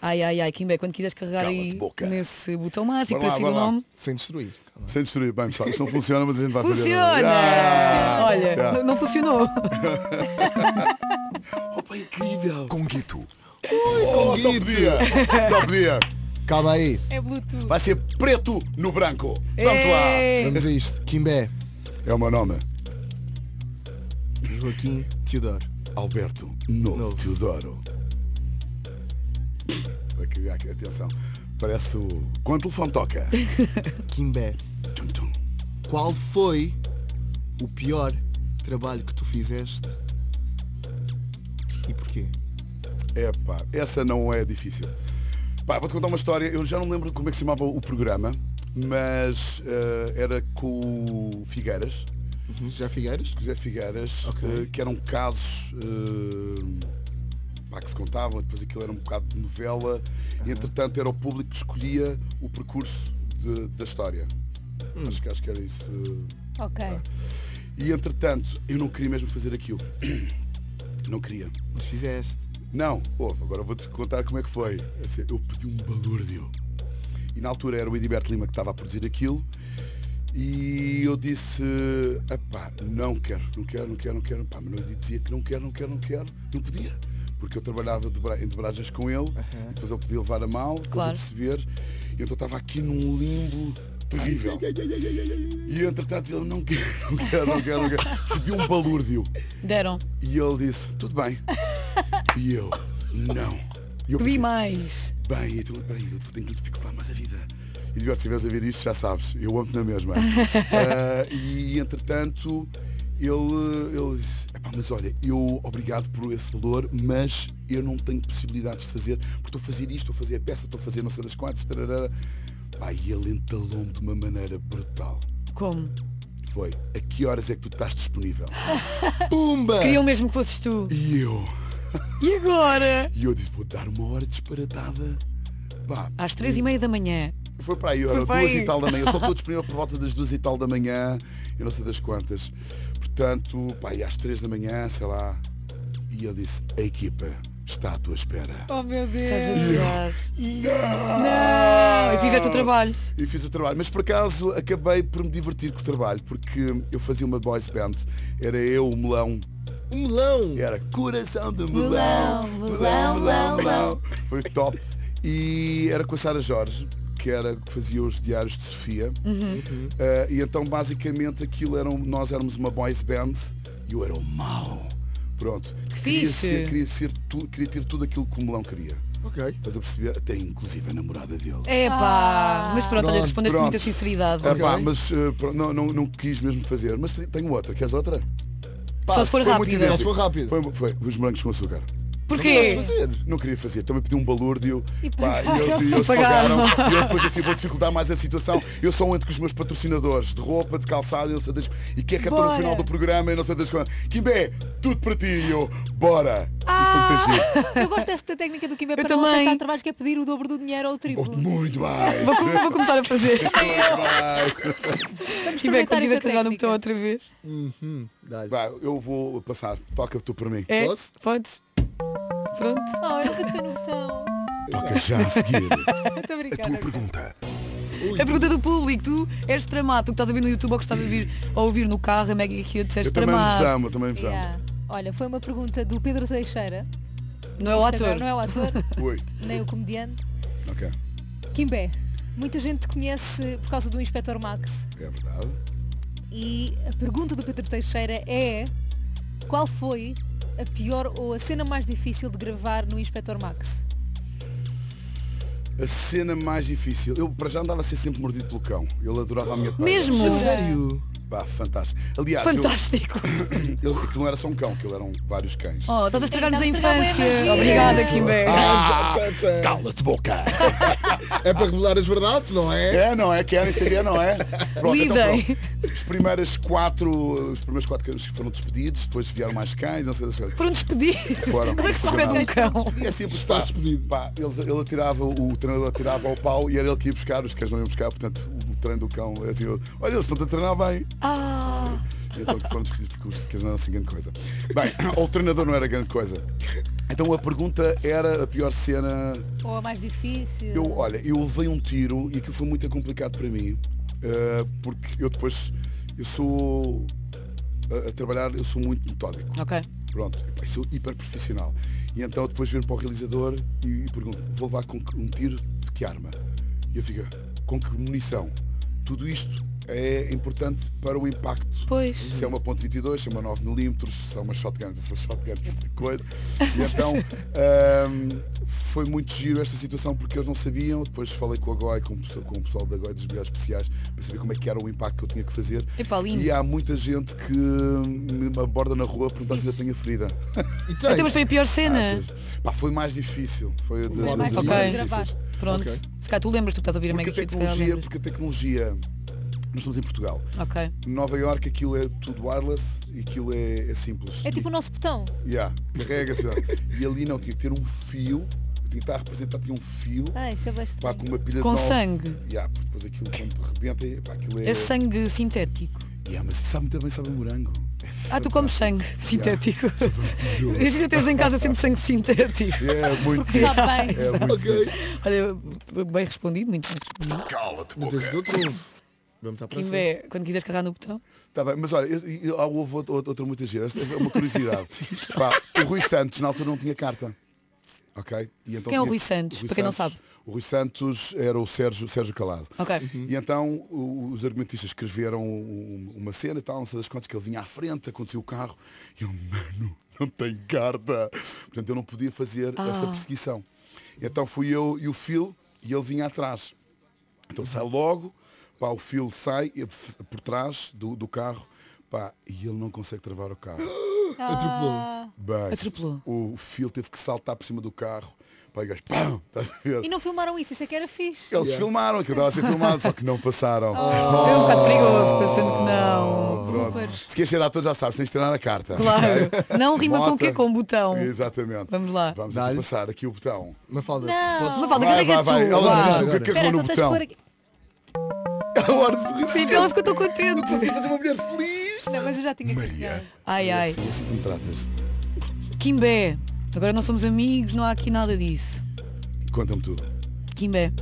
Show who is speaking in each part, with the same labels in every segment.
Speaker 1: Ai, ai, ai, Kimber, quando quiseres carregar
Speaker 2: Cala-te,
Speaker 1: aí
Speaker 2: boca.
Speaker 1: nesse botão mágico
Speaker 2: Vai lá,
Speaker 1: para seguir o
Speaker 2: vai lá.
Speaker 1: nome.
Speaker 3: Sem destruir. calma.
Speaker 2: Sem destruir. Bem, pessoal, isso não funciona, mas a gente vai
Speaker 1: Funciona!
Speaker 2: fazer. Ah!
Speaker 1: Olha,
Speaker 2: Yeah.
Speaker 1: não- não funcionou.
Speaker 2: Opa, incrível!
Speaker 3: Conguito.
Speaker 2: Oh, só podia! Só podia!
Speaker 3: Calma aí.
Speaker 4: É Bluetooth.
Speaker 2: Vai ser preto no branco! Vamos lá!
Speaker 1: Ei.
Speaker 3: Vamos a isto. Kimbé,
Speaker 2: É o meu nome.
Speaker 3: Joaquim Teodoro.
Speaker 2: Alberto Novo, Teodoro. Aqui, aqui, atenção. Parece o. Quando o telefone toca.
Speaker 3: Kimbé,
Speaker 2: Tum, tum.
Speaker 3: qual foi o pior trabalho que tu fizeste e porquê?
Speaker 2: Epá, essa não é difícil. Pá, vou-te contar uma história. Eu já não me lembro como é que se chamava o programa, mas eh, era com o Figueiras,
Speaker 3: Uhum, Já Figueiras?
Speaker 2: José Figueiras,
Speaker 3: Ok.
Speaker 2: eh, que eram casos eh, pá, que se contavam, depois aquilo era um bocado de novela, e entretanto era o público que escolhia o percurso de- da história. Acho, que, acho que era isso. eh,
Speaker 4: Ok.
Speaker 2: E entretanto, eu não queria mesmo fazer aquilo. Não queria.
Speaker 3: Mas fizeste.
Speaker 2: Não, ouve, agora vou-te contar como é que foi. É assim, eu pedi um balúrdio. E na altura era o Ediberto Lima que estava a produzir aquilo. E eu disse, "Epá, não quero, não quero, não quero, não quero. Pá, mas ele dizia que não quero, não quero, não quero. Não podia. Porque eu trabalhava de bra- em dobragens com ele, e depois eu podia levar a mal, depois
Speaker 1: Claro.
Speaker 2: eu perceber. E então estava aqui num limbo terrível. E entretanto ele, não quero, não quero, não quero, não quero. Pedi um balúrdio.
Speaker 1: Deram.
Speaker 2: E ele disse, tudo bem. E eu, não. E eu pensei,
Speaker 1: Pedi mais.
Speaker 2: bem, então peraí, eu tenho que lhe dificultar mais a vida. E Eduardo, se estiveres a ver isto, já sabes, eu amo-te na mesma. Ah, e entretanto, ele, ele disse, "Epá, mas olha, eu obrigado por esse valor, mas eu não tenho possibilidades de fazer, porque estou a fazer isto, estou a fazer a peça, estou a fazer não sei das quantas, tararara. Pá, e ele entalou-me de uma maneira brutal.
Speaker 1: Como?
Speaker 2: Foi, a que horas é que tu estás disponível?
Speaker 3: Pumba!
Speaker 1: Queriam mesmo que fosses tu.
Speaker 2: E eu,
Speaker 1: E agora?
Speaker 2: E eu disse, vou dar uma hora disparatada. Pá,
Speaker 1: Às três e meia da manhã.
Speaker 2: foi para aí, era
Speaker 1: para
Speaker 2: duas
Speaker 1: aí.
Speaker 2: e tal da manhã. Eu só estou disponível por volta das duas e tal da manhã, eu não sei das quantas. Portanto, pá, e às três da manhã, sei lá. E ele disse, a equipa está à tua espera.
Speaker 4: Oh meu
Speaker 1: Estás a
Speaker 4: Deus.
Speaker 1: gozar. Ah,
Speaker 2: Não!
Speaker 1: E fizeste o trabalho.
Speaker 2: E fiz o trabalho, mas por acaso acabei por me divertir com o trabalho, porque eu fazia uma boys band, era eu, o melão,
Speaker 3: O Um melão!
Speaker 2: Era coração de melão, melão, melão, melão. Foi top. E era com a Sara Jorge, que era que fazia os diários de Sofia.
Speaker 1: Uhum.
Speaker 2: Eh, e então basicamente aquilo eram, nós éramos uma boys band e eu era o mau. Pronto. Que queria
Speaker 1: fixe.
Speaker 2: ser, queria ser tudo, queria ter tudo aquilo que o melão queria.
Speaker 3: Ok.
Speaker 2: Estás a perceber? Até inclusive a namorada dele.
Speaker 1: É Epá,
Speaker 4: Ah.
Speaker 1: mas pronto, olha,
Speaker 3: Pronto,
Speaker 1: respondeste com muita
Speaker 2: pronto.
Speaker 1: sinceridade.
Speaker 2: Ah, pá,
Speaker 3: Ok.
Speaker 2: mas eh, pronto, não, não, não quis mesmo fazer. Mas te- tenho outra. Queres outra? Pá,
Speaker 1: Só se for
Speaker 2: foi muito
Speaker 1: rápida.
Speaker 2: idêntico.
Speaker 3: Só se for rápida.
Speaker 2: Foi, foi os morangos com açúcar.
Speaker 1: Porquê?
Speaker 3: Mas fazer.
Speaker 2: Não queria fazer, também pedi um balúrdio
Speaker 4: E
Speaker 2: pá, e
Speaker 4: pagaram.
Speaker 2: eles, e eles
Speaker 1: Pagaram.
Speaker 2: pagaram. E eu depois assim vou dificultar mais a situação. Eu só ando com os meus patrocinadores de roupa, de calçado, e não sei das... e que é cartão no
Speaker 4: Bora.
Speaker 2: final do programa e não sei das quantas. Kimbé, tudo para ti e eu, bora! E foi muito giro.
Speaker 4: Eu gosto desta técnica do Kimber
Speaker 1: Eu
Speaker 4: para não
Speaker 1: também.
Speaker 4: aceitar trabalhos que é pedir o dobro do dinheiro ou o triplo.
Speaker 2: Oh, muito mais!
Speaker 1: Vou, vou começar a fazer.
Speaker 2: Muito mais.
Speaker 1: E bem, quando
Speaker 4: experimentar
Speaker 1: tiveres
Speaker 4: essa
Speaker 1: carregado no
Speaker 4: técnica.
Speaker 1: botão outra vez.
Speaker 3: Dá-lhe.
Speaker 2: Vá, eu vou passar. Toca tu para mim.
Speaker 1: É?
Speaker 3: Posso?
Speaker 1: Podes? Pronto.
Speaker 4: Oh, eu nunca toquei no botão.
Speaker 2: Toca já a seguir
Speaker 4: Eu Estou
Speaker 2: a
Speaker 4: a brincar.
Speaker 2: tua pergunta.
Speaker 1: A pergunta do público, tu és tramado, tu que estás a ver no YouTube ou que estás a ouvir, a ouvir no carro, a Mega aqui
Speaker 2: Eu
Speaker 1: disseste
Speaker 2: também vos
Speaker 1: tramado.
Speaker 2: amo, eu também vos amo.
Speaker 4: Yeah. Olha, foi uma pergunta do Pedro Seixeira.
Speaker 1: Não é o
Speaker 4: Isto agora
Speaker 1: ator.
Speaker 4: Não é o ator,
Speaker 2: Oi.
Speaker 4: nem o comediante.
Speaker 2: Ok,
Speaker 4: Kimbé. Muita gente te conhece por causa do Inspector Max.
Speaker 2: é verdade.
Speaker 4: E a pergunta do Pedro Teixeira é qual foi a pior ou a cena mais difícil de gravar no Inspector Max?
Speaker 2: A cena mais difícil. Eu para já andava a ser sempre mordido pelo cão. Ele adorava a minha pele.
Speaker 1: Mesmo?
Speaker 3: Sério?
Speaker 2: Pá, fantástico. Aliás, eu-
Speaker 1: Fantástico.
Speaker 2: ele, aquilo não era só um cão, aquilo eram vários cães.
Speaker 1: Oh, estás a estragar-nos a
Speaker 4: Sim, estás a
Speaker 1: infância.
Speaker 4: estragar a magia.
Speaker 1: Obrigada, Kimber.
Speaker 3: Ah, tchá, tchá, tchá.
Speaker 2: Cala-te boca!
Speaker 3: É para revelar as verdades, não é?
Speaker 2: É, não é? Querem saber, não é? Pronto,
Speaker 1: Lidem.
Speaker 2: pronto. Os primeiros quatro, os primeiros quatro cães que foram despedidos, depois vieram mais cães, não sei das coisas.
Speaker 1: Foram despedidos.
Speaker 2: Foram.
Speaker 1: um Como é que se despede um cão?
Speaker 2: É simples, está despedido. Pá, ele, ele atirava, o treinador atirava ao pau e era ele que ia buscar, os cães não iam buscar, portanto o, o treino do cão é assim, eu, olha, eles estão a treinar bem.
Speaker 1: Ah,
Speaker 2: E Então que foram discutidos porque os que não eram assim grande coisa. Bem, ou o treinador não era grande coisa. Então a pergunta era a pior cena.
Speaker 4: Ou a mais difícil?
Speaker 2: Eu, olha, eu levei um tiro e aquilo foi muito complicado para mim. eh, porque eu depois, eu sou, a, a trabalhar, eu sou muito metódico.
Speaker 1: Ok.
Speaker 2: Pronto, epá, sou hiper profissional. E então depois venho para o realizador e, e pergunto, vou levar com que- um tiro de que arma? E ele fica, com que munição? Tudo isto é importante para o impacto.
Speaker 1: Pois.
Speaker 2: Se é uma ponto 22, se é uma 9mm, se é uma shotgun, se é uma shotgun, que coisa. E então ahm, foi muito giro esta situação porque eles não sabiam. Depois falei com a GOI, com o pessoal, com o pessoal da GOI dos Brigados Especiais, para saber como é que era o impacto que eu tinha que fazer.
Speaker 1: Epá, lindo.
Speaker 2: E há muita gente que me aborda na rua a perguntar se ainda tenho a ferida.
Speaker 3: E tens?
Speaker 1: Então, mas foi a pior cena.
Speaker 2: Achas? Pá, foi mais difícil. Foi a de,
Speaker 4: Foi mais
Speaker 2: das
Speaker 1: difícil de
Speaker 2: difíceis.
Speaker 4: gravar.
Speaker 1: Pronto.
Speaker 2: Ok.
Speaker 1: Se calhar tu lembras, tu que estás a ouvir
Speaker 2: Porque a
Speaker 1: a Mega Hit, se calhar
Speaker 2: tecnologia,
Speaker 1: lembras.
Speaker 2: porque a tecnologia, nós estamos em Portugal.
Speaker 1: Ok.
Speaker 2: Em Nova Iorque aquilo é tudo wireless e aquilo é, é simples.
Speaker 4: É tipo o nosso botão.
Speaker 2: Yeah, carrega-se. e ali não, tinha que ter um fio, tinha que estar a representar, tinha um fio,
Speaker 4: Ah, isso é
Speaker 2: pá,
Speaker 4: bastante.
Speaker 2: com uma pilha
Speaker 1: Com
Speaker 2: de nove.
Speaker 1: sangue.
Speaker 2: Yeah, porque depois aquilo quando arrebenta, e, pá, aquilo é.
Speaker 1: É sangue sintético.
Speaker 2: Yeah, mas isso sabe muito bem, sabe a morango. É
Speaker 1: Ah, tu comes sangue sintético.
Speaker 2: vampiro.
Speaker 1: Eu ainda tens em casa sempre sangue sintético.
Speaker 2: É muito
Speaker 4: Sabe
Speaker 2: fixe.
Speaker 4: bem.
Speaker 2: É muito
Speaker 3: Ok.
Speaker 2: fixe.
Speaker 1: Olha, bem respondido, muito bem respondido.
Speaker 3: Não tens outro ovo. Vamos à próxima.
Speaker 1: Kimbé, quando quiseres carregar no botão.
Speaker 2: Tá bem, mas olha, eu, eu, há- houve outra, outra- outra muita gira. Esta é uma curiosidade. Pá, o Rui Santos na altura não tinha carta. Ok? E então
Speaker 1: Quem é o
Speaker 2: tinha-
Speaker 1: Rui Santos? Para quem não
Speaker 2: Santos- O Rui Santos era o Sérgio, Sérgio Calado.
Speaker 1: Ok.
Speaker 2: E então o- os argumentistas escreveram um- uma cena e tal, não sei das quantas, que ele vinha à frente, aconteceu o carro, e eu, mano, não tenho carta. Portanto, eu não podia fazer essa perseguição. Então fui eu e o Phil, e ele vinha atrás. Então sai logo, pá, o Phil sai eh, f- por trás do, do carro, pá, e ele não consegue travar o carro.
Speaker 3: Atropelou.
Speaker 2: Bem,
Speaker 1: Atropelou.
Speaker 2: O Phil teve que saltar por cima do carro, pá, e o gajo, pam, estás a ver?
Speaker 4: E não filmaram isso, isso é que era fixe.
Speaker 2: Eles filmaram, aquilo estava a ser filmado, só que não passaram.
Speaker 1: É um bocado perigoso, parecendo que não.
Speaker 2: Pronto.
Speaker 4: Pois.
Speaker 2: Se queres cheirar todos já sabes, tens de treinar a carta.
Speaker 1: Claro. Não rima com o quê?
Speaker 2: Bota.
Speaker 1: Com botão.
Speaker 2: Exatamente.
Speaker 1: Vamos lá.
Speaker 2: Vamos
Speaker 3: Dá-lhe.
Speaker 2: aqui passar aqui o botão.
Speaker 3: Uma falda.
Speaker 4: Não.
Speaker 1: Mas falta,
Speaker 2: Vai,
Speaker 1: carrega
Speaker 2: vai, vai.
Speaker 1: tu.
Speaker 2: Ela
Speaker 1: vá.
Speaker 2: diz nunca
Speaker 4: Espera,
Speaker 2: carregou no
Speaker 4: então tens de
Speaker 2: botão.
Speaker 4: pôr aqui.
Speaker 2: A hora de sorrir.
Speaker 1: Sim, então ela ficou tão contente.
Speaker 2: fazer uma mulher feliz.
Speaker 4: Não, mas eu já tinha
Speaker 2: Maria.
Speaker 4: carregado.
Speaker 1: Ai,
Speaker 2: É
Speaker 1: ai.
Speaker 2: assim, é assim que me tratas.
Speaker 1: Kimbé. Agora não somos amigos, não há aqui nada disso.
Speaker 2: Conta-me tudo.
Speaker 1: Kimbé,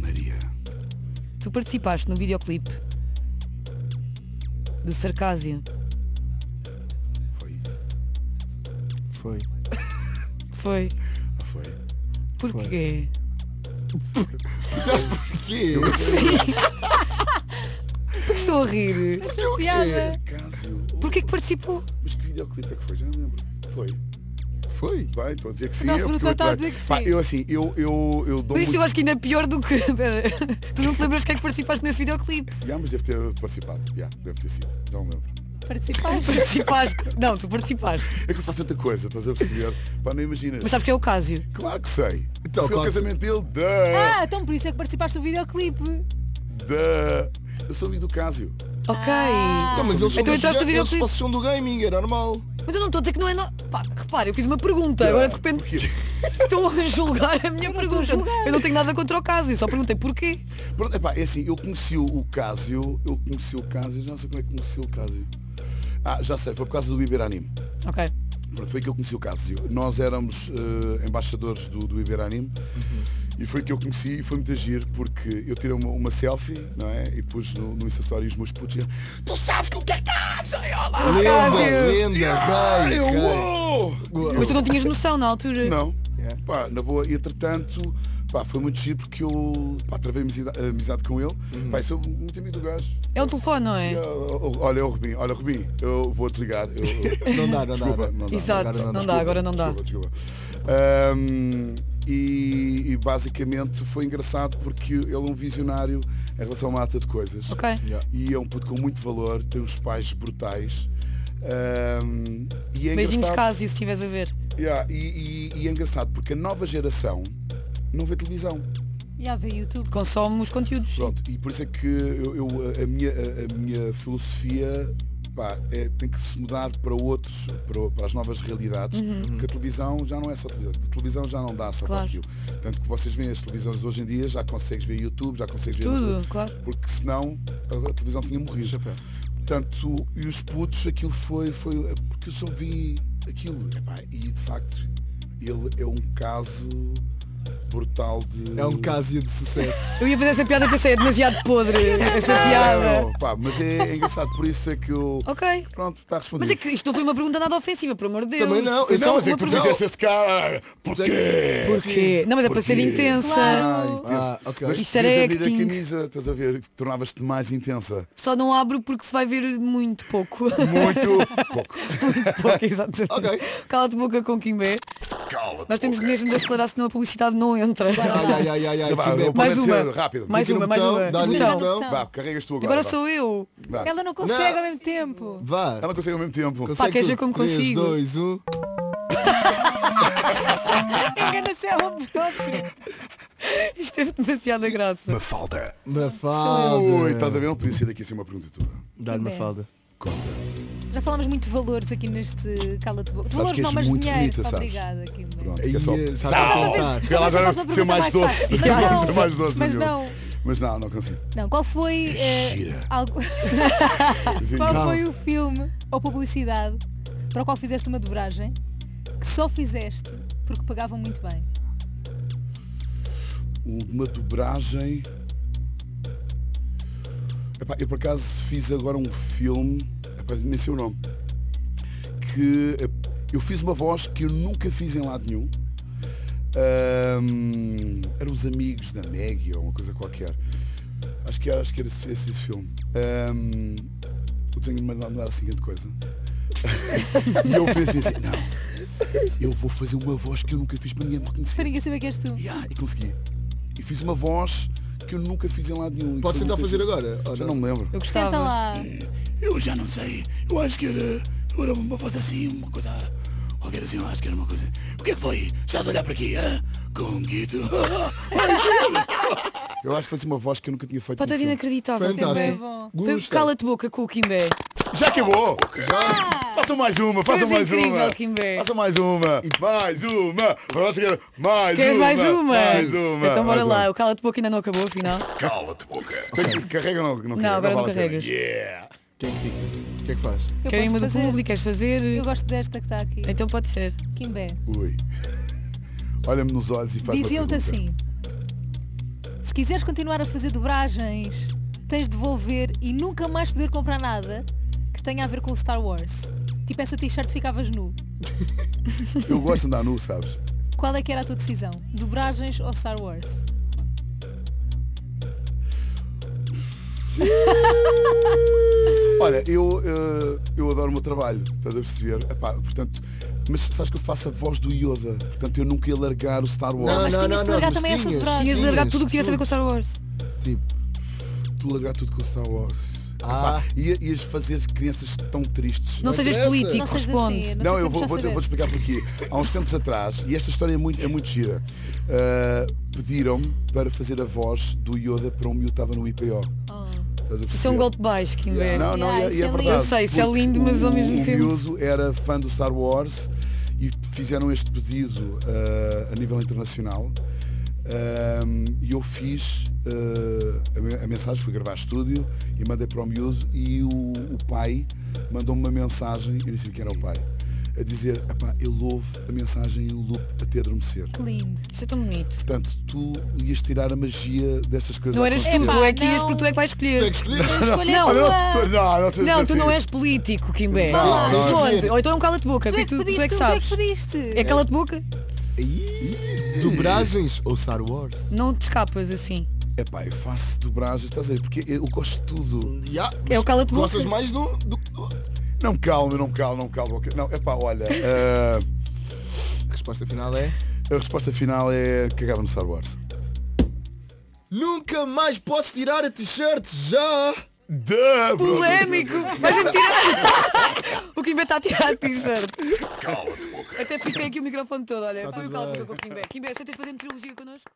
Speaker 2: Maria.
Speaker 1: tu participaste no videoclipe do Sarcásia.
Speaker 2: Foi.
Speaker 3: Foi.
Speaker 1: Foi.
Speaker 2: Ah, foi.
Speaker 1: Porquê?
Speaker 3: Mas porquê?
Speaker 1: Porque estou a rir.
Speaker 4: Piada.
Speaker 2: Cássio.
Speaker 1: Porquê que participou?
Speaker 2: É Mas que videoclipe é que foi? Já não lembro. Foi.
Speaker 3: Foi.
Speaker 2: Bem, estou a dizer que sim.
Speaker 4: Não,
Speaker 2: é
Speaker 4: se
Speaker 2: porque
Speaker 4: perguntou,
Speaker 2: eu
Speaker 4: está a
Speaker 2: trato.
Speaker 4: dizer que
Speaker 2: Pá,
Speaker 4: sim.
Speaker 2: eu assim, eu, eu, eu dou
Speaker 1: Por isso eu
Speaker 2: muito.
Speaker 1: acho que ainda é pior do que. Espera. Tu não te lembras que é que participaste nesse videoclipe?
Speaker 2: Já, mas deve ter participado. Já, deve ter sido. Já não lembro.
Speaker 4: Participaste.
Speaker 1: Participaste. Não, tu participaste.
Speaker 2: É que eu faço tanta coisa, estás a perceber? Pá, não imaginas.
Speaker 1: Mas sabes que é o Cásio?
Speaker 2: Claro que sei.
Speaker 3: Então,
Speaker 2: Foi o
Speaker 3: claro que-
Speaker 2: casamento dele. Da,
Speaker 4: Ah, então por isso é que participaste do videoclipe.
Speaker 2: da. Eu sou amigo do Cásio.
Speaker 1: Ok.
Speaker 2: Ah.
Speaker 3: Não, mas eles são
Speaker 1: Então
Speaker 3: da
Speaker 1: entraste no
Speaker 3: giga- eles
Speaker 1: videoclipe.
Speaker 3: vocês são do gaming, é normal.
Speaker 1: Mas eu não estou a dizer que não é. No... Pá, repara, eu fiz uma pergunta, agora de repente
Speaker 2: Porquê?
Speaker 1: estão a julgar a minha
Speaker 4: Eu não estou a
Speaker 1: pergunta.
Speaker 4: julgar.
Speaker 1: eu não tenho nada contra o caso, eu só perguntei porquê.
Speaker 2: Pronto, epá, é assim, eu conheci o- o Cásio, eu conheci o Cásio, já não sei como é que conheci o Cásio. Ah, já sei, foi por causa do Iberanime.
Speaker 1: Ok.
Speaker 2: Pronto, foi que eu conheci o Cásio. Nós éramos eh, embaixadores do, do Iberanime e foi que eu conheci e foi muito agir porque eu tirei uma, uma selfie, não é? E pus no, no Insta Story e os meus putos disseram, tu sabes com o que é que estás? Ai, olá,
Speaker 3: Lenda,
Speaker 1: Ah, Cássio.
Speaker 3: lenda,
Speaker 2: Ai,
Speaker 3: rei,
Speaker 2: eu,
Speaker 3: rei.
Speaker 2: uou!
Speaker 1: Mas tu não tinhas noção na altura.
Speaker 2: Não.
Speaker 3: Yeah.
Speaker 2: Pá, na boa, e, entretanto, pá, foi muito giro porque eu pá, travei amizida- amizade com ele. Pá, e sou muito amigo do gajo.
Speaker 1: É um telefone, não é?
Speaker 2: Ah, ah, ah, Olha, o Rubim, olha, Rubim, eu vou desligar. Eu, eu-
Speaker 3: Não dá, não dá.
Speaker 2: Desculpa,
Speaker 3: não
Speaker 2: não
Speaker 3: dá.
Speaker 2: dá.
Speaker 1: Exato,
Speaker 3: Agora não
Speaker 1: não,
Speaker 3: dá.
Speaker 1: dá, agora não dá.
Speaker 2: Desculpa, desculpa. Ahm, e, e basicamente foi engraçado porque ele é um visionário em relação a uma ata de coisas.
Speaker 1: Ok.
Speaker 3: Yeah.
Speaker 2: E é um puto com muito valor, tem uns pais brutais. Ahm, e é
Speaker 1: Beijinhos,
Speaker 2: engraçado-
Speaker 1: Cásio, se estiveres a ver.
Speaker 2: Yeah, e, e- e é engraçado porque a nova geração não vê televisão.
Speaker 4: Já veio YouTube.
Speaker 1: Consome os conteúdos.
Speaker 2: Pronto, e por isso é que eu, eu- a, minha, a, a minha filosofia pá, é, tem que se mudar para outros, para, o- para as novas realidades, porque a televisão já não é só televisão, a televisão já não dá só
Speaker 1: Uhum. Claro.
Speaker 2: para aquilo. Tanto que vocês veem as televisões hoje em dia, já consegues ver YouTube, já consegues ver
Speaker 1: Tudo, claro.
Speaker 2: porque senão a, a televisão tinha morrido.
Speaker 3: Chapéu.
Speaker 2: Portanto, e os putos, aquilo foi, foi é porque eu só vi aquilo. Epá, e de facto, ele é um caso brutal de.
Speaker 3: É um caso de sucesso.
Speaker 1: Eu ia fazer essa piada e pensei, é demasiado podre essa piada.
Speaker 2: Não, pá, mas é, é engraçado, por isso é que eu.
Speaker 1: Ok.
Speaker 2: Pronto, está respondido.
Speaker 1: Mas é que isto não foi uma pergunta nada ofensiva, por amor de Deus.
Speaker 3: Também não,
Speaker 1: Foi só
Speaker 2: Não, mas é
Speaker 1: uma
Speaker 2: que tu
Speaker 1: pergunta.
Speaker 2: fizeste esse cara. Porquê?
Speaker 1: Porquê? Não, mas é para ser
Speaker 2: Porquê?
Speaker 1: intensa.
Speaker 2: Ah,
Speaker 4: Claro.
Speaker 2: intensa.
Speaker 3: Ah, ok.
Speaker 2: Mas
Speaker 1: Isto
Speaker 2: podias
Speaker 1: era
Speaker 2: abrir
Speaker 1: acting.
Speaker 2: a camisa, estás a ver? Tornavas-te mais intensa.
Speaker 1: Só não abro porque se vai ver muito pouco.
Speaker 2: Muito pouco.
Speaker 1: pouco exatamente.
Speaker 3: Ok.
Speaker 1: Cala-te boca com Kimbé. Nós temos mesmo de acelerar, senão a publicidade não entra.
Speaker 3: Ai, ai, ai, ai, ai.
Speaker 2: Vá,
Speaker 3: que
Speaker 2: eu
Speaker 3: medo.
Speaker 2: posso
Speaker 1: Mais
Speaker 2: dizer,
Speaker 1: uma.
Speaker 2: Rápido.
Speaker 1: Mais
Speaker 3: Clica
Speaker 1: uma,
Speaker 3: no
Speaker 1: mais
Speaker 3: botão,
Speaker 1: uma.
Speaker 3: dá
Speaker 1: No
Speaker 3: ali
Speaker 1: botão.
Speaker 3: no botão.
Speaker 2: Vá, carregas tu agora.
Speaker 1: Agora
Speaker 2: vá.
Speaker 1: sou eu.
Speaker 2: Vá.
Speaker 4: Ela não consegue ao mesmo tempo.
Speaker 3: Vá.
Speaker 2: Ela consegue ao mesmo tempo.
Speaker 3: Consegue
Speaker 1: Pá, quer dizer
Speaker 3: tudo.
Speaker 1: como
Speaker 3: Três,
Speaker 1: consigo?
Speaker 3: dois, um.
Speaker 1: Engana-se ela própria. Isto teve demasiada graça.
Speaker 2: Mafalda. Ui, estás
Speaker 3: Mafalda.
Speaker 2: a ver? Não podia ser daqui assim uma pergunta tua.
Speaker 3: Dar-me a falda.
Speaker 2: Conta.
Speaker 4: Já falámos muito de valores aqui neste cala-te boca.
Speaker 2: Sabes
Speaker 4: Valores
Speaker 2: que és
Speaker 4: não, mas
Speaker 2: muito
Speaker 4: dinheiro.
Speaker 2: bonita, sabes?
Speaker 4: Obrigada, Kim.
Speaker 2: Pronto,
Speaker 3: Aí,
Speaker 2: que é só.
Speaker 3: já está
Speaker 2: Tá.
Speaker 3: a faltar.
Speaker 2: Ela
Speaker 4: Só
Speaker 2: agora
Speaker 4: faço uma
Speaker 2: ser mais
Speaker 4: pergunta mais
Speaker 2: doce.
Speaker 4: fácil.
Speaker 2: Ela
Speaker 4: Mas
Speaker 2: vai
Speaker 4: não.
Speaker 2: ser mais doce.
Speaker 4: Mas
Speaker 2: meu.
Speaker 4: não.
Speaker 2: Mas não, não consigo.
Speaker 4: Não, qual foi. eh,
Speaker 2: Gira.
Speaker 4: algo-
Speaker 2: Assim,
Speaker 4: qual
Speaker 3: Calma.
Speaker 4: foi o filme ou publicidade para o qual fizeste uma dobragem que só fizeste porque pagavam muito bem?
Speaker 2: uma dobragem. Epá, eu por acaso fiz agora um filme, epá, nem sei o nome, que eh, eu fiz uma voz que eu nunca fiz em lado nenhum. Ahm, eram os amigos da Maggie ou uma coisa qualquer. Acho que era, acho que era esse, esse filme. Ahm, o desenho não era assim grande coisa. e eu pensei assim, não, eu vou fazer uma voz que eu nunca fiz para ninguém me reconhecer.
Speaker 4: Para ninguém saber que és tu.
Speaker 2: Yeah, e consegui. E fiz uma voz que eu nunca fiz em lado nenhum.
Speaker 3: Podes
Speaker 2: Isso
Speaker 3: tentar
Speaker 2: nunca
Speaker 3: fazer
Speaker 2: fiz.
Speaker 3: agora? ou
Speaker 2: Já não me lembro.
Speaker 1: Eu
Speaker 4: Tenta
Speaker 1: gostava.
Speaker 4: lá.
Speaker 2: Eu já não sei. Eu acho que era, eu era uma voz assim, uma coisa. Qualquer assim, eu acho que era uma coisa. O que é que foi? Estás a olhar para aqui, hã? Com um guito. é eu acho que foi assim uma voz que eu nunca tinha feito.
Speaker 1: Pá, tu
Speaker 2: num
Speaker 1: és
Speaker 2: filme.
Speaker 1: inacreditável.
Speaker 4: Sempre é
Speaker 3: Fantástico.
Speaker 4: bom.
Speaker 1: Kimbé.
Speaker 3: Gusta.
Speaker 1: Cala-te boca com o Kimbé.
Speaker 2: Já acabou! Façam mais uma, façam
Speaker 1: és
Speaker 2: mais
Speaker 1: Ah! incrível,
Speaker 2: uma.
Speaker 1: Kimber.
Speaker 2: Façam mais uma. Mais uma. Agora se quer- Mais
Speaker 1: Queres
Speaker 2: uma.
Speaker 1: mais uma?
Speaker 2: Mais uma.
Speaker 1: Então bora
Speaker 2: mais
Speaker 1: lá,
Speaker 2: uma.
Speaker 1: o cala-te boca ainda não acabou, afinal.
Speaker 2: Cala-te, boca. Tem- Carrega ou não? Não, carrega?
Speaker 1: agora não
Speaker 2: vale a pena.
Speaker 1: carregas.
Speaker 2: Yeah.
Speaker 3: Quem fica? O que é que faz?
Speaker 4: Eu
Speaker 1: Querem
Speaker 4: posso
Speaker 1: uma do
Speaker 4: fazer.
Speaker 1: público, queres fazer?
Speaker 4: Eu gosto Tá desta que está aqui.
Speaker 1: Então pode ser.
Speaker 4: Kimbé.
Speaker 2: Ui. Olha-me nos olhos e faz uma
Speaker 4: Diziam-te
Speaker 2: pergunta.
Speaker 4: assim. Se quiseres continuar a fazer dobragens, tens de devolver e nunca mais poder comprar nada que tenha a ver com o Star Wars. Tipo essa t-shirt ficavas nu.
Speaker 1: assim.
Speaker 2: Eu gosto de andar nu, sabes?
Speaker 4: Qual é que era a tua decisão? Dobragens ou Star Wars?
Speaker 2: Olha, eu, eh, eu adoro o meu trabalho, estás a perceber? Epá, portanto, mas sabes que eu faço a voz do Yoda, portanto eu nunca ia largar o Star Wars.
Speaker 4: mas tinhas de largar também essa de braço.
Speaker 1: Tinhas de largar tudo o que tivesse a ver com o Star Wars.
Speaker 3: Tipo,
Speaker 2: Tu largar tudo com o Star Wars.
Speaker 3: Ah.
Speaker 2: Epá, ia- ias fazer crianças tão tristes.
Speaker 1: Não
Speaker 3: Não
Speaker 1: sejas
Speaker 3: interessa.
Speaker 1: político,
Speaker 4: Não sejas
Speaker 1: Tipo, responde.
Speaker 4: assim,
Speaker 2: Não,
Speaker 4: sei
Speaker 2: eu
Speaker 4: como
Speaker 2: vou,
Speaker 4: já
Speaker 2: vou,
Speaker 4: saber.
Speaker 2: vou-te explicar porquê. Há uns tempos atrás, e esta história é muito, é muito gira, eh, pediram-me para fazer a voz do Yoda para um miúdo que estava no IPO.
Speaker 4: Oh.
Speaker 2: Estás a
Speaker 1: Isso é
Speaker 2: perceber?
Speaker 1: um golpe baixo, Kimbé.
Speaker 2: Não, não, e é,
Speaker 4: Yeah,
Speaker 2: e
Speaker 4: isso
Speaker 2: é
Speaker 4: é
Speaker 2: verdade.
Speaker 4: lindo.
Speaker 1: Eu sei, isso é
Speaker 2: porque
Speaker 1: lindo, mas ao
Speaker 2: o-
Speaker 1: mesmo tempo-
Speaker 2: O miúdo era fã do Star Wars e fizeram este pedido ah, a nível internacional. Ahm, e eu fiz ah, a me- a mensagem, fui gravar estúdio e mandei para o miúdo e o, o pai mandou-me uma mensagem, eu disse que era o pai, a dizer, "Epá, ele ouve a mensagem em loop até adormecer.
Speaker 4: Que lindo.
Speaker 1: Isso é tão bonito.
Speaker 2: Portanto, tu ias tirar a magia destas coisas.
Speaker 1: Não
Speaker 2: a
Speaker 1: eras tu,
Speaker 2: acontecer.
Speaker 1: tu é que
Speaker 4: não.
Speaker 1: ias porque tu é que vais
Speaker 3: tu é
Speaker 1: escolher.
Speaker 3: que escolheste?
Speaker 4: Escolha
Speaker 1: Não,
Speaker 4: tua.
Speaker 1: eu
Speaker 2: Não, não, não,
Speaker 1: Não, tu não
Speaker 2: assim.
Speaker 1: és político, Kimbé.
Speaker 2: Não, não, não.
Speaker 1: Responde. Ou então é um cala-te boca,
Speaker 4: Tu é que
Speaker 1: tu, tu
Speaker 4: pediste,
Speaker 1: é que
Speaker 4: tu é
Speaker 1: sabes.
Speaker 4: que pediste.
Speaker 1: É cala-te boca?
Speaker 3: Ih, Dobragens ou Star Wars?
Speaker 1: Não te escapas assim.
Speaker 2: Epá, eu faço dobragens, estás a ver? Porque eu gosto de tudo.
Speaker 3: Yeah,
Speaker 1: É o
Speaker 3: mas
Speaker 1: cala-te boca.
Speaker 3: Gostas mais do do que do outro.
Speaker 2: Não me calmo, não me calmo, não me calmo. ok? Não, epá, olha, ah,
Speaker 3: A resposta final é.
Speaker 2: a resposta final é cagava no Star Wars.
Speaker 3: Nunca mais podes tirar a t-shirt já!
Speaker 2: Duh, bro.
Speaker 1: Polémico! Mas a tirar. o Kimbé está a tirar a t-shirt. é, Até piquei aqui o microfone todo, olha. Foi o cala-te boca com o Kimbé. Kimbé, aceitas fazer meteorologia connosco?